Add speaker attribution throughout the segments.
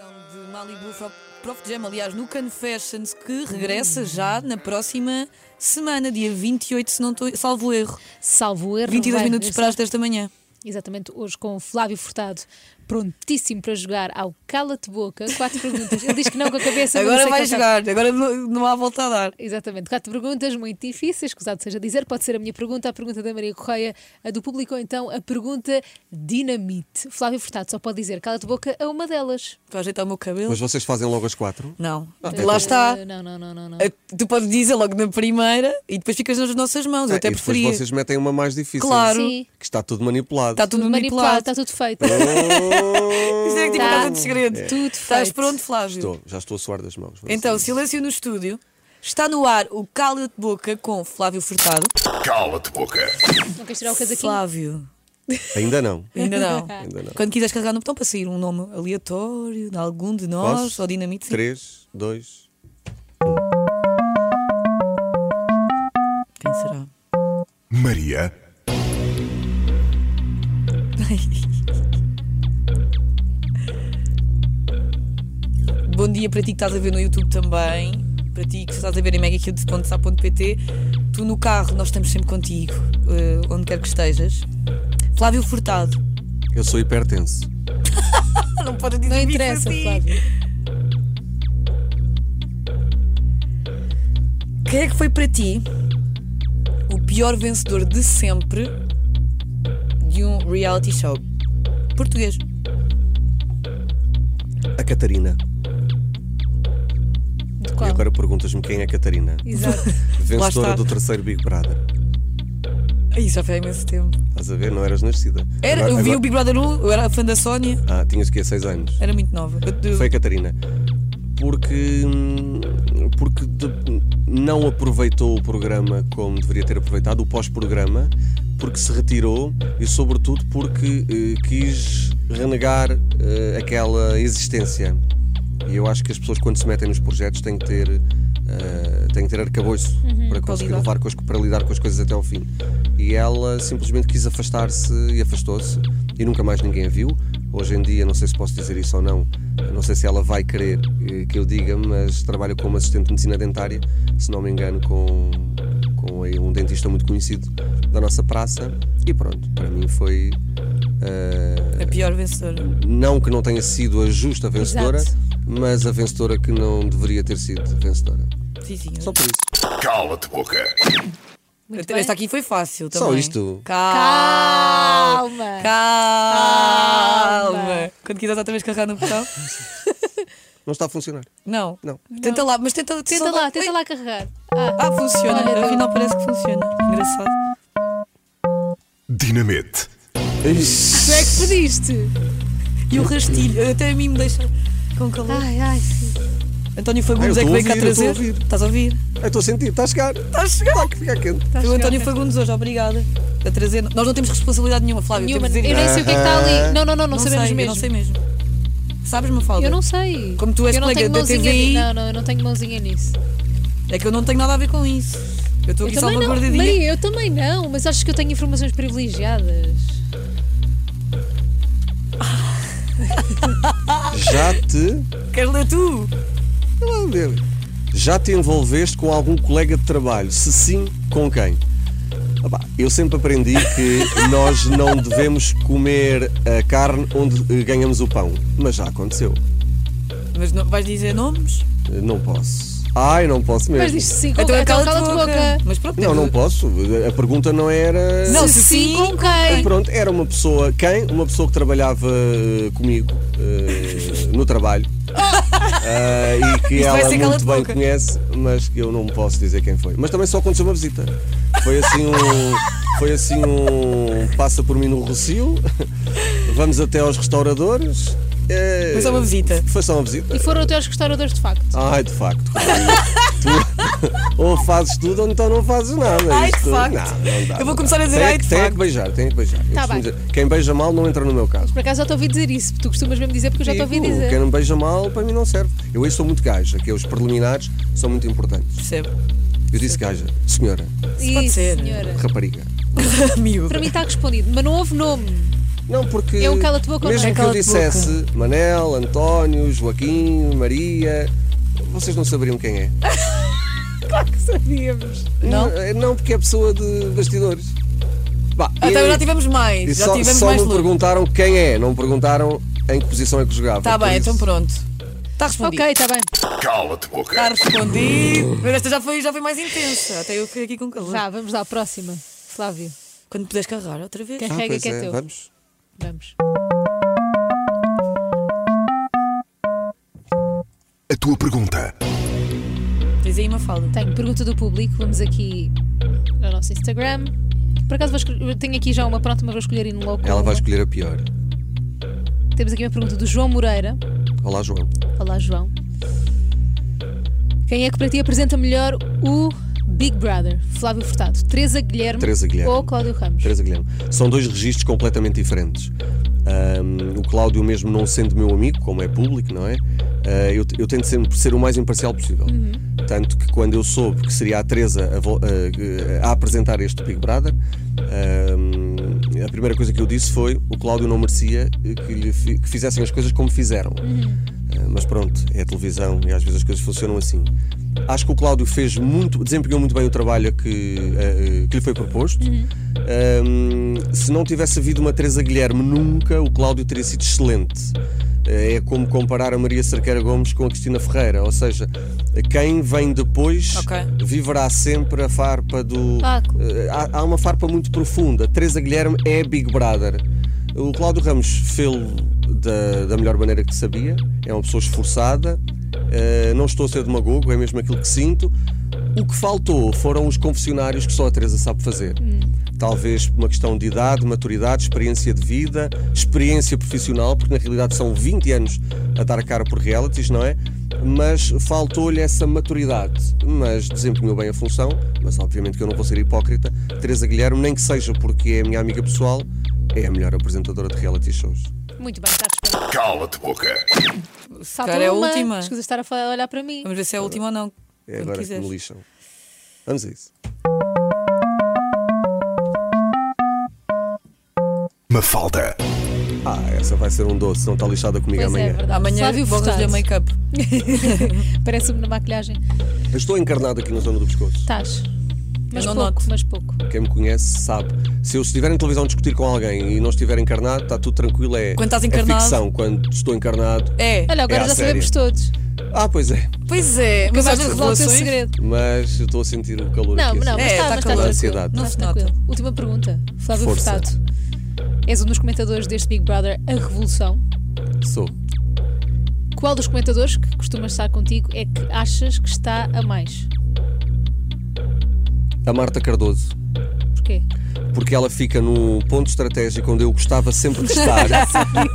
Speaker 1: Charlie Blue Pro- Prof Jam, aliás, no Confessions, que regressa já na próxima semana, dia 28, se não estou, salvo erro.
Speaker 2: Salvo erro.
Speaker 1: 22
Speaker 2: vai
Speaker 1: minutos para
Speaker 2: regressar
Speaker 1: as 10 da manhã.
Speaker 2: Exatamente, hoje com o Flávio Furtado, prontíssimo para jogar ao Cala-te-Boca. Quatro perguntas. Ele diz que não com a cabeça. mas eu sei
Speaker 1: Agora
Speaker 2: é. que
Speaker 1: vai
Speaker 2: ele já-
Speaker 1: jogar, agora não, não há volta a dar.
Speaker 2: Exatamente, quatro perguntas muito difíceis, escusado seja dizer, pode ser a minha pergunta, a pergunta da Maria Correia, a do público ou então a pergunta dinamite. Flávio Furtado só pode dizer cala-te boca a uma delas.
Speaker 1: Para ajeitar o meu cabelo.
Speaker 3: Mas vocês fazem logo as quatro?
Speaker 1: Não,
Speaker 2: Eh,
Speaker 3: então.
Speaker 1: lá está.
Speaker 2: Não, não, não, não. não.
Speaker 1: Eh, Tu podes dizer logo na primeira e depois ficas nas nossas mãos. Eu
Speaker 3: Ah,
Speaker 1: até
Speaker 3: e depois
Speaker 1: preferia.
Speaker 3: vocês metem uma mais difícil.
Speaker 1: Claro.
Speaker 2: Sim.
Speaker 3: Que está tudo manipulado.
Speaker 1: Está tudo manipulado.
Speaker 2: está tudo feito.
Speaker 3: Oh,
Speaker 1: Isto é que tipo
Speaker 2: Tá.
Speaker 1: casa de segredo.
Speaker 2: É. Tudo
Speaker 1: Estás
Speaker 2: feito.
Speaker 1: pronto, Flávio?
Speaker 3: estou, já estou a suar das mãos. assim,
Speaker 1: Então, silêncio no estúdio. Está no ar o Cala de Boca com Flávio Furtado.
Speaker 4: Cala-te boca.
Speaker 2: Não queres tirar o casaquinho?
Speaker 1: Flávio.
Speaker 3: Ainda não.
Speaker 1: Ainda não.
Speaker 3: Ainda não.
Speaker 1: Quando quiseres carregar no botão para sair um nome aleatório, de algum de nós,
Speaker 3: Posso?
Speaker 1: ou dinamite, sim.
Speaker 3: Três, dois.
Speaker 1: Quem será?
Speaker 4: Maria.
Speaker 1: Bom dia para ti que estás a ver no YouTube também. Para ti que estás a ver em megacute.sa.pt. Tu no carro, nós estamos sempre contigo, eh, onde quer que estejas. Flávio Furtado.
Speaker 3: Eu sou hipertenso.
Speaker 1: Não pode dizer
Speaker 2: Não
Speaker 1: isso
Speaker 2: interessa,
Speaker 1: assim.
Speaker 2: Flávio.
Speaker 1: Quem é que foi para ti o pior vencedor de sempre de um reality show? Português.
Speaker 3: A Catarina.
Speaker 2: De qual?
Speaker 3: E agora perguntas-me quem é a Catarina.
Speaker 2: Exato.
Speaker 1: está.
Speaker 3: Vencedora do terceiro Big Brother.
Speaker 1: Aí já foi há imenso tempo.
Speaker 3: Estás a ver? Não eras nascida.
Speaker 1: Era,
Speaker 3: Agora-
Speaker 1: eu vi
Speaker 3: agora-
Speaker 1: o Big Brother 1, eu era fã da Sónia,
Speaker 3: Ah, tinhas que ir seis anos.
Speaker 1: era muito nova. Eu- eu-
Speaker 3: Foi a Catarina. Porque. hum, Porque de- não aproveitou o programa como deveria ter aproveitado, o pós-programa, porque se retirou e, sobretudo, porque eh, quis renegar eh, aquela existência. E eu acho que as pessoas, quando se metem nos projetos, têm que ter. eh, têm que ter arcabouço para conseguir
Speaker 1: lidar.
Speaker 3: levar com as, para lidar com as coisas até ao fim. E ela simplesmente quis afastar-se e afastou-se e nunca mais ninguém a viu. Hoje em dia, não sei se posso dizer isso ou não, não sei se ela vai querer eh, que eu diga, mas trabalha como assistente de medicina dentária, se não me engano, com, com aí um dentista muito conhecido da nossa praça. E pronto, para mim foi. eh,
Speaker 1: a pior vencedora.
Speaker 3: não que não tenha sido a justa vencedora,
Speaker 2: Exato.
Speaker 3: mas a vencedora que não deveria ter sido vencedora.
Speaker 1: Sim, sim.
Speaker 3: Só por isso.
Speaker 4: Cala-te boca.
Speaker 2: Muito
Speaker 1: Até-
Speaker 2: bem.
Speaker 1: Esta aqui foi fácil
Speaker 3: Só
Speaker 1: também.
Speaker 3: isto.
Speaker 1: Calma.
Speaker 2: Calma. Calma.
Speaker 1: Calma. Quando quiseres outra vez carregar no botão.
Speaker 3: Não está a funcionar.
Speaker 1: Não.
Speaker 3: Não.
Speaker 1: Tenta lá, mas tenta, tenta
Speaker 2: Tenta lá,
Speaker 1: Ui.
Speaker 2: tenta lá carregar. Ah,
Speaker 1: Ah, funciona.
Speaker 2: Olha,
Speaker 1: Afinal parece que funciona. Engraçado.
Speaker 4: Dinamite.
Speaker 2: tu é que pediste.
Speaker 1: E o rastilho, eh, até a mim me deixa com calor.
Speaker 2: Ai, ai, sim.
Speaker 1: António
Speaker 3: Ah, eu
Speaker 1: Fagundes é que
Speaker 3: estou a
Speaker 1: veio cá
Speaker 3: ouvir, eu estou a
Speaker 1: trazer.
Speaker 3: ouvir.
Speaker 1: Estás a ouvir?
Speaker 3: Eu Estou a sentir, está a chegar.
Speaker 1: Está a chegar.
Speaker 3: que fica quente.
Speaker 2: Tá
Speaker 1: Foi
Speaker 2: a
Speaker 1: o
Speaker 2: chegar,
Speaker 1: António
Speaker 2: Tá tá a
Speaker 1: Fagundes hoje, obrigada. A trazer. Nós não temos responsabilidade nenhuma, Flávio.
Speaker 2: Nenhuma.
Speaker 1: temos de dizer
Speaker 2: Eu nem sei o que é que está ali. Não, não, não, não,
Speaker 1: Não
Speaker 2: sabemos
Speaker 1: sei, eu
Speaker 2: mesmo.
Speaker 1: não sei mesmo. Sabes, Mafalda?
Speaker 2: Eu não sei.
Speaker 1: Como tu és
Speaker 2: eu não
Speaker 1: colega
Speaker 2: tenho
Speaker 1: da
Speaker 2: mãozinha
Speaker 1: TVI.
Speaker 2: ni- Não, não, eu não tenho mãozinha nisso.
Speaker 1: É que eu não tenho nada a ver com isso. Eu estou
Speaker 2: Eu
Speaker 1: aqui
Speaker 2: também, não,
Speaker 1: salvaguardadinha.
Speaker 2: Maria, eu também não, mas acho que eu tenho informações privilegiadas.
Speaker 3: Já te.
Speaker 1: Queres ler tu?
Speaker 3: Olha lá, meu. Já te envolveste com algum colega de trabalho? Se sim, com quem? Ah pá, Eu sempre aprendi que nós não devemos comer a carne onde eh, ganhamos o pão. Mas já aconteceu.
Speaker 1: Mas não, vais dizer nomes?
Speaker 3: Eh, Não posso. Ai, não posso mesmo.
Speaker 2: Mas diz sim, com então,
Speaker 1: cala-te
Speaker 2: cala-te boca.
Speaker 1: é Mas pronto. é
Speaker 3: Não, não
Speaker 1: temos-
Speaker 3: posso. A pergunta não era.
Speaker 1: Não,
Speaker 2: Se
Speaker 1: se
Speaker 2: sim,
Speaker 1: sim,
Speaker 2: com quem?
Speaker 3: Pronto, era uma pessoa, quem? Uma pessoa que trabalhava eh, comigo eh, no trabalho Ah, e que
Speaker 1: Isto vai
Speaker 3: ela
Speaker 1: ser
Speaker 3: muito bem
Speaker 1: cala-te-boca.
Speaker 3: conhece, mas que eu não posso dizer quem foi. Mas também só aconteceu uma visita. Foi assim um. Foi assim um. Passa por mim no Rocio, vamos até aos restauradores. eh,
Speaker 1: Foi só uma visita.
Speaker 3: Foi só uma visita.
Speaker 2: E foram até aos restauradores de facto.
Speaker 3: Ai, de facto. tu- ou fazes tudo ou então não fazes nada.
Speaker 1: Ai, de
Speaker 3: Isto-
Speaker 1: facto.
Speaker 3: Não, não dá,
Speaker 1: Eu vou
Speaker 3: não
Speaker 1: começar
Speaker 3: dá.
Speaker 1: a dizer
Speaker 3: Tem é
Speaker 1: ai,
Speaker 3: que-
Speaker 1: é de
Speaker 3: tem
Speaker 1: facto.
Speaker 3: que beijar, tem é que beijar. Eu
Speaker 2: Tá
Speaker 3: costumo
Speaker 2: bem.
Speaker 3: dizer, quem beija mal não entra no meu caso.
Speaker 2: Por acaso já te ouvi dizer isso, tu costumas mesmo dizer porque eu já te ouvi
Speaker 3: Digo,
Speaker 2: dizer.
Speaker 3: Quem não beija mal, para mim não serve. Eu aí sou muito gaja, que é os preliminares são muito importantes.
Speaker 1: Percebe?
Speaker 3: Eu disse gaja, senhora,
Speaker 2: Isso,
Speaker 1: pode ser.
Speaker 2: senhora. tá
Speaker 3: rapariga.
Speaker 1: Miúda.
Speaker 2: Para mim está respondido, mas não houve nome.
Speaker 3: Não, porque
Speaker 2: É um cala-te-boca ou não?
Speaker 3: mesmo
Speaker 2: É
Speaker 3: que eu
Speaker 1: cala-te-boca.
Speaker 3: dissesse Manel, António, Joaquim, Maria, vocês não saberiam quem é.
Speaker 2: Claro é que sabíamos.
Speaker 1: Não?
Speaker 3: N- Não, porque é pessoa de bastidores. Bah,
Speaker 1: Então
Speaker 3: eu-
Speaker 1: já tivemos
Speaker 3: e
Speaker 1: mais, já
Speaker 3: só,
Speaker 1: tivemos
Speaker 3: só
Speaker 1: mais
Speaker 3: me
Speaker 1: luz.
Speaker 3: perguntaram quem é, não me perguntaram em que posição é que jogava.
Speaker 1: Está
Speaker 3: por
Speaker 1: bem,
Speaker 3: isso.
Speaker 1: então pronto. Está respondido.
Speaker 2: Ok, está bem.
Speaker 4: Cala-te boca.
Speaker 1: Está respondido. Mas esta já foi, já foi mais intensa. Até eu fiquei aqui com calor.
Speaker 2: Já, Tá, vamos lá, próxima. Flávio,
Speaker 1: Quando puderes carregar outra vez.
Speaker 2: Quer-
Speaker 3: Ah,
Speaker 2: Rega
Speaker 3: pois
Speaker 2: que é
Speaker 3: é,
Speaker 2: teu.
Speaker 3: vamos.
Speaker 2: vamos.
Speaker 4: A tua pergunta.
Speaker 1: Tens aí uma fala.
Speaker 2: Tenho pergunta do público, vamos aqui ao nosso Instagram. Por acaso vou escolher- eu tenho aqui já uma pronta, mas vou escolher in loco.
Speaker 3: Ela vai escolher a pior.
Speaker 2: Temos aqui uma pergunta do João Moreira.
Speaker 3: Olá, João.
Speaker 2: Olá, João. Quem é que para ti apresenta melhor o Big Brother? Flávio Furtado, Teresa Guilherme,
Speaker 3: Teresa Guilherme.
Speaker 2: ou Cláudio Ramos?
Speaker 3: Teresa Guilherme. São dois registros completamente diferentes. Ahm, o Cláudio, mesmo não sendo meu amigo, como é público, não é? Ah, eu, eu tento sempre ser o mais imparcial possível. Tanto que quando eu soube que seria a Teresa a, vo- ah, a- a apresentar este Big Brother, ahm, a primeira coisa que eu disse foi o Cláudio não merecia eh, que, lhe fi- que fizessem as coisas como fizeram. Ah, mas pronto, é a televisão e às vezes as coisas funcionam assim. Acho que o Cláudio fez muito, desempenhou muito bem o trabalho que, eh, eh, que lhe foi proposto. Ahm, se não tivesse havido uma Teresa Guilherme nunca, o Cláudio teria sido excelente. Eh, É como comparar a Maria Cerqueira Gomes com a Cristina Ferreira, ou seja, quem vem depois
Speaker 1: Ok.
Speaker 3: viverá sempre a farpa do.
Speaker 2: Ah, cl-
Speaker 3: Eh, há, há uma farpa muito profunda. Teresa Guilherme é Big Brother. O Cláudio Ramos fez-lo da, da melhor maneira que sabia. É uma pessoa esforçada. Eh, não estou a ser demagogo, é mesmo aquilo que sinto. O que faltou foram os confessionários que só a Teresa sabe fazer. Talvez por uma questão de idade, maturidade, experiência de vida, experiência profissional, porque na realidade são 20 anos a dar a cara por realities, não é? Mas faltou-lhe essa maturidade. Mas desempenhou bem a função, mas obviamente que eu não vou ser hipócrita. Teresa Guilherme, nem que seja porque é a minha amiga pessoal, é a melhor apresentadora de reality shows.
Speaker 2: Muito bem, está respondido.
Speaker 4: Cala-te boca.
Speaker 2: Falta
Speaker 1: calhar é a
Speaker 2: uma.
Speaker 1: última.
Speaker 2: Escusa de estar a falar- a olhar para mim.
Speaker 1: Vamos ver se é a última ou não.
Speaker 3: É
Speaker 1: quando
Speaker 3: agora
Speaker 1: quiseres.
Speaker 3: que me lixam. Vamos a isso.
Speaker 4: Mafalda.
Speaker 3: Ah, essa vai ser um doce, não está lixada comigo
Speaker 2: Pois é,
Speaker 3: amanhã.
Speaker 2: verdade.
Speaker 1: Amanhã
Speaker 2: Flávio
Speaker 1: borras-lhe a
Speaker 2: Furtado.
Speaker 1: make-up.
Speaker 2: Parece-me na maquilhagem.
Speaker 3: Eu estou encarnado aqui na zona do pescoço.
Speaker 2: Estás. Mas
Speaker 1: Eu não
Speaker 2: pouco,
Speaker 1: noto.
Speaker 2: mas pouco.
Speaker 3: Quem me conhece sabe. Se eu estiver em televisão a discutir com alguém e não estiver encarnado, está tudo tranquilo. É,
Speaker 1: Quando estás
Speaker 3: é
Speaker 1: encarnado.
Speaker 3: ficção. Quando estou encarnado.
Speaker 1: É.
Speaker 2: Olha, agora
Speaker 3: É à
Speaker 2: já sabemos
Speaker 3: séria.
Speaker 2: todos.
Speaker 3: Ah, pois é.
Speaker 1: Pois é, mas
Speaker 2: Acabaste
Speaker 1: às
Speaker 2: de
Speaker 1: vezes
Speaker 2: revelar o teu
Speaker 1: relações-
Speaker 2: segredo.
Speaker 3: Mas eu estou a sentir o calor
Speaker 2: Não,
Speaker 3: aqui.
Speaker 2: não,
Speaker 3: assim.
Speaker 2: mas
Speaker 1: É, tá
Speaker 2: está, mas está
Speaker 1: calor.
Speaker 2: tranquilo.
Speaker 3: Ansiedade.
Speaker 1: Não
Speaker 2: Está
Speaker 1: se
Speaker 2: tranquilo. Última pergunta. Flávio
Speaker 3: Força.
Speaker 2: Furtado. És um dos comentadores deste Big Brother A Revolução.
Speaker 3: Sou.
Speaker 2: Qual dos comentadores que costumas estar contigo é que achas que está a mais?
Speaker 3: A Marta Cardoso.
Speaker 2: Porquê?
Speaker 3: Porque ela fica no ponto estratégico onde eu gostava sempre de estar.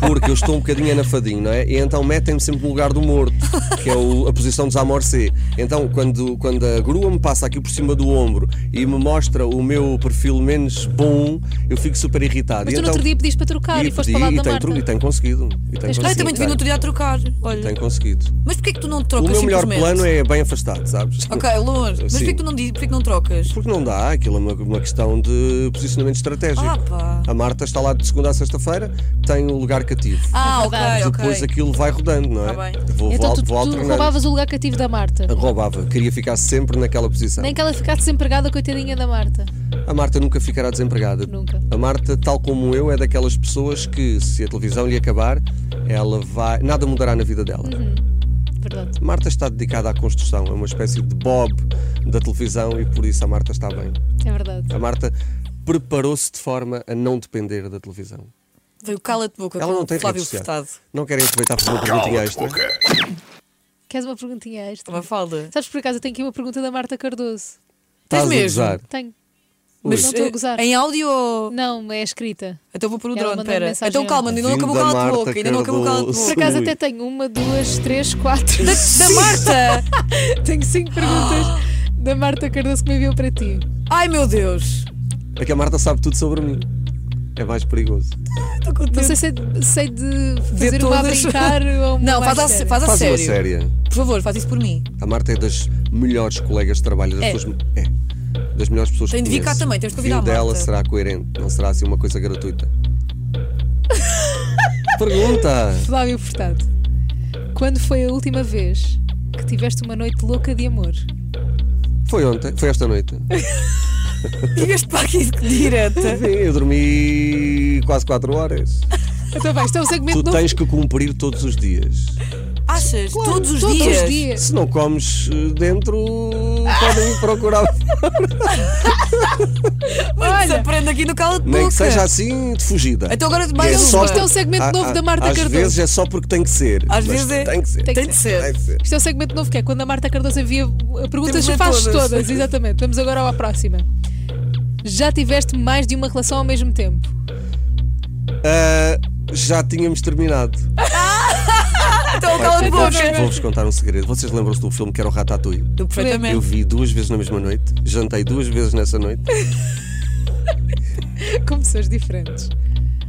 Speaker 3: porque eu estou um bocadinho anafadinho, não é? E então metem-me sempre no lugar do morto, que é o- a posição dos amorcê. Então, quando, quando a grua me passa aqui por cima do ombro e me mostra o meu perfil menos bom, eu fico super irritado.
Speaker 2: Mas
Speaker 3: E
Speaker 2: tu no
Speaker 3: então,
Speaker 2: outro dia pediste para trocar e, foste
Speaker 3: pedi, então,
Speaker 2: para lá
Speaker 3: e
Speaker 2: da
Speaker 3: tem
Speaker 2: Marta.
Speaker 3: tru- E tem conseguido. E tem
Speaker 2: Mas-
Speaker 3: conseguido.
Speaker 1: Ah, eu também te vi no outro dia a trocar. Olha.
Speaker 3: Tem conseguido.
Speaker 1: Mas porquê que tu não
Speaker 3: O
Speaker 1: trocas
Speaker 3: meu melhor
Speaker 1: simplesmente?
Speaker 3: plano é bem afastado, sabes?
Speaker 1: Ok, longe. Mas
Speaker 3: Sim.
Speaker 1: porquê que tu não, diz, porquê que não trocas?
Speaker 3: Porque não dá, aquilo é uma, uma questão de posicionamento estratégico.
Speaker 1: Ah, pá.
Speaker 3: a Marta está lá de segunda a sexta-feira, tem o lugar cativo.
Speaker 1: Ah, ok,
Speaker 2: É verdade.
Speaker 1: ok.
Speaker 3: Depois aquilo vai rodando, não é?
Speaker 1: Tá bem.
Speaker 3: Vou, vou,
Speaker 2: Então
Speaker 3: al-
Speaker 2: tu,
Speaker 3: vou
Speaker 2: tu
Speaker 3: alternando.
Speaker 2: roubavas o lugar cativo da Marta.
Speaker 3: Roubava, queria ficar sempre naquela posição.
Speaker 2: Nem que ela ficasse desempregada, coitadinha da Marta.
Speaker 3: A Marta nunca ficará desempregada.
Speaker 2: Nunca.
Speaker 3: A Marta, tal como eu, é daquelas pessoas que, se a televisão lhe acabar, ela vai. Nada mudará na vida dela.
Speaker 1: Uhum.
Speaker 2: Verdade.
Speaker 3: A Marta está dedicada à construção, é uma espécie de Bob da televisão e por isso a Marta está bem.
Speaker 2: É verdade.
Speaker 3: A Marta preparou-se de forma a não depender da televisão.
Speaker 1: Veio cala-te boca
Speaker 3: Ela
Speaker 1: com
Speaker 3: não
Speaker 1: o
Speaker 3: tem
Speaker 1: Flávio
Speaker 3: redes sociais.
Speaker 1: Furtado.
Speaker 3: Não querem aproveitar para fazer uma perguntinha
Speaker 4: Cala-te
Speaker 3: extra?
Speaker 4: boca.
Speaker 2: Queres uma perguntinha extra?
Speaker 1: Uma falda.
Speaker 2: Sabes por acaso, eu tenho aqui uma pergunta da Marta Cardoso.
Speaker 3: Estás a
Speaker 1: mesmo?
Speaker 3: gozar.
Speaker 2: Tenho.
Speaker 1: Mas
Speaker 2: Não
Speaker 3: é-
Speaker 2: estou a
Speaker 1: eh,
Speaker 2: gozar.
Speaker 1: Em áudio ou.
Speaker 2: Não, é escrita.
Speaker 1: Então vou pôr o
Speaker 2: Ela
Speaker 1: drone,
Speaker 2: mandou-me
Speaker 1: pera.
Speaker 2: mensagem
Speaker 1: Então calma, ainda não
Speaker 3: Vindo
Speaker 1: acabou
Speaker 3: da
Speaker 1: cala-te
Speaker 3: Marta
Speaker 1: boca. Ainda não acabou cala-te
Speaker 3: Cardoso.
Speaker 1: boca.
Speaker 2: Por acaso
Speaker 3: Ui.
Speaker 2: até tenho uma, duas, três, quatro. Da,
Speaker 1: Da Marta!
Speaker 2: tenho cinco perguntas da Marta Cardoso que me enviou para ti.
Speaker 1: Ai meu Deus!
Speaker 3: É que a Marta sabe tudo sobre mim. É mais perigoso.
Speaker 1: Estou contente.
Speaker 2: Não sei se é de- sei de fazer uma a
Speaker 1: todas.
Speaker 2: brincar ou uma
Speaker 1: Não,
Speaker 2: mais
Speaker 1: faz a,
Speaker 2: séria.
Speaker 1: faz a
Speaker 3: Faz
Speaker 1: sério.
Speaker 3: uma séria.
Speaker 1: Por favor, faz isso por mim.
Speaker 3: A Marta é das melhores colegas de trabalho. Das
Speaker 1: É.
Speaker 3: Pessoas, é. Das melhores pessoas
Speaker 1: Tem
Speaker 3: que
Speaker 1: de vir cá
Speaker 3: conheço.
Speaker 1: também, temos que
Speaker 3: O vinho
Speaker 1: convidar a
Speaker 3: dela
Speaker 1: Marta.
Speaker 3: será coerente, não será assim uma coisa gratuita. Pergunta!
Speaker 2: Flávio Furtado, quando foi a última vez que tiveste uma noite louca de amor?
Speaker 3: Foi ontem, foi esta noite.
Speaker 1: É? Digas-te para aqui direta.
Speaker 3: Sim, eu dormi quase 4 horas.
Speaker 2: Então vai, isto é um segmento
Speaker 3: Tu
Speaker 2: novo.
Speaker 3: tens que cumprir todos os dias.
Speaker 1: Achas?
Speaker 2: Claro,
Speaker 1: todos os
Speaker 2: todos
Speaker 1: dias.
Speaker 2: Os dias.
Speaker 3: Se não comes eh, dentro, podem procurar.
Speaker 1: Mas aprende aqui no cala de
Speaker 3: Nem
Speaker 1: boca.
Speaker 3: que seja assim de fugida.
Speaker 1: Então agora
Speaker 3: Que
Speaker 1: mais uma.
Speaker 3: só-
Speaker 2: Isto é um segmento
Speaker 3: a-
Speaker 2: novo
Speaker 3: a-
Speaker 2: da Marta
Speaker 3: às
Speaker 2: Cardoso.
Speaker 3: vezes é só porque tem que ser.
Speaker 1: Às
Speaker 3: mas
Speaker 1: vezes é-
Speaker 3: Tem que ser.
Speaker 1: tem que ser.
Speaker 3: Tem que ser.
Speaker 2: Isto é o segmento novo que é quando a Marta Cardoso envia uh, perguntas,
Speaker 1: Temos a
Speaker 2: fazes todas.
Speaker 1: todas.
Speaker 2: exatamente. Vamos agora à próxima. Já tiveste mais de uma relação ao mesmo tempo?
Speaker 3: Ah, já tínhamos terminado.
Speaker 1: Então cala de
Speaker 3: Vou-vos
Speaker 1: boca.
Speaker 3: vou-vos contar um segredo. Vocês lembram-se do filme que era o Ratatouille?
Speaker 1: Eu
Speaker 3: Eu
Speaker 1: perfeitamente.
Speaker 3: vi duas vezes na mesma noite, jantei duas vezes nessa noite.
Speaker 2: Com pessoas diferentes.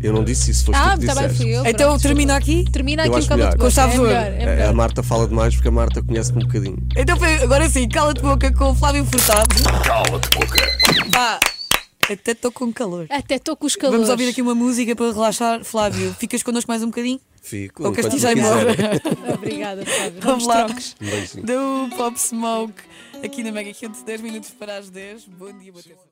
Speaker 3: Eu não disse isso, foste
Speaker 2: Ah,
Speaker 3: tu que
Speaker 2: está bem,
Speaker 3: disseste.
Speaker 2: fui eu.
Speaker 1: Então
Speaker 2: pronto,
Speaker 1: termina aqui.
Speaker 2: desculpa. Termina
Speaker 3: tipo Eu
Speaker 2: aqui o
Speaker 3: acho
Speaker 2: cala de
Speaker 3: melhor.
Speaker 2: boca.
Speaker 1: Com chave
Speaker 2: é
Speaker 1: de ouro.
Speaker 2: melhor, é
Speaker 3: A
Speaker 2: melhor.
Speaker 3: Marta fala demais porque a Marta conhece-me um bocadinho.
Speaker 1: Então agora sim, cala de boca com o Flávio Furtado.
Speaker 4: Cala-te boca.
Speaker 1: Vá. Até estou com calor.
Speaker 2: Até estou com os calores.
Speaker 1: É, Vamos ouvir aqui uma música para relaxar. Flávio, ficas connosco mais um bocadinho?
Speaker 3: Fico.
Speaker 1: Ou
Speaker 3: enquanto
Speaker 2: é
Speaker 3: me
Speaker 1: castijei
Speaker 3: quiserem.
Speaker 1: embora?
Speaker 2: Obrigada, Flávio.
Speaker 1: um- Vamos
Speaker 2: Vamos
Speaker 1: lá.
Speaker 2: trocos.
Speaker 3: Um beijinho.
Speaker 1: Do Pop Smoke aqui na Mega Quente, 10 minutos para as 10. Bom dia, boa tarde.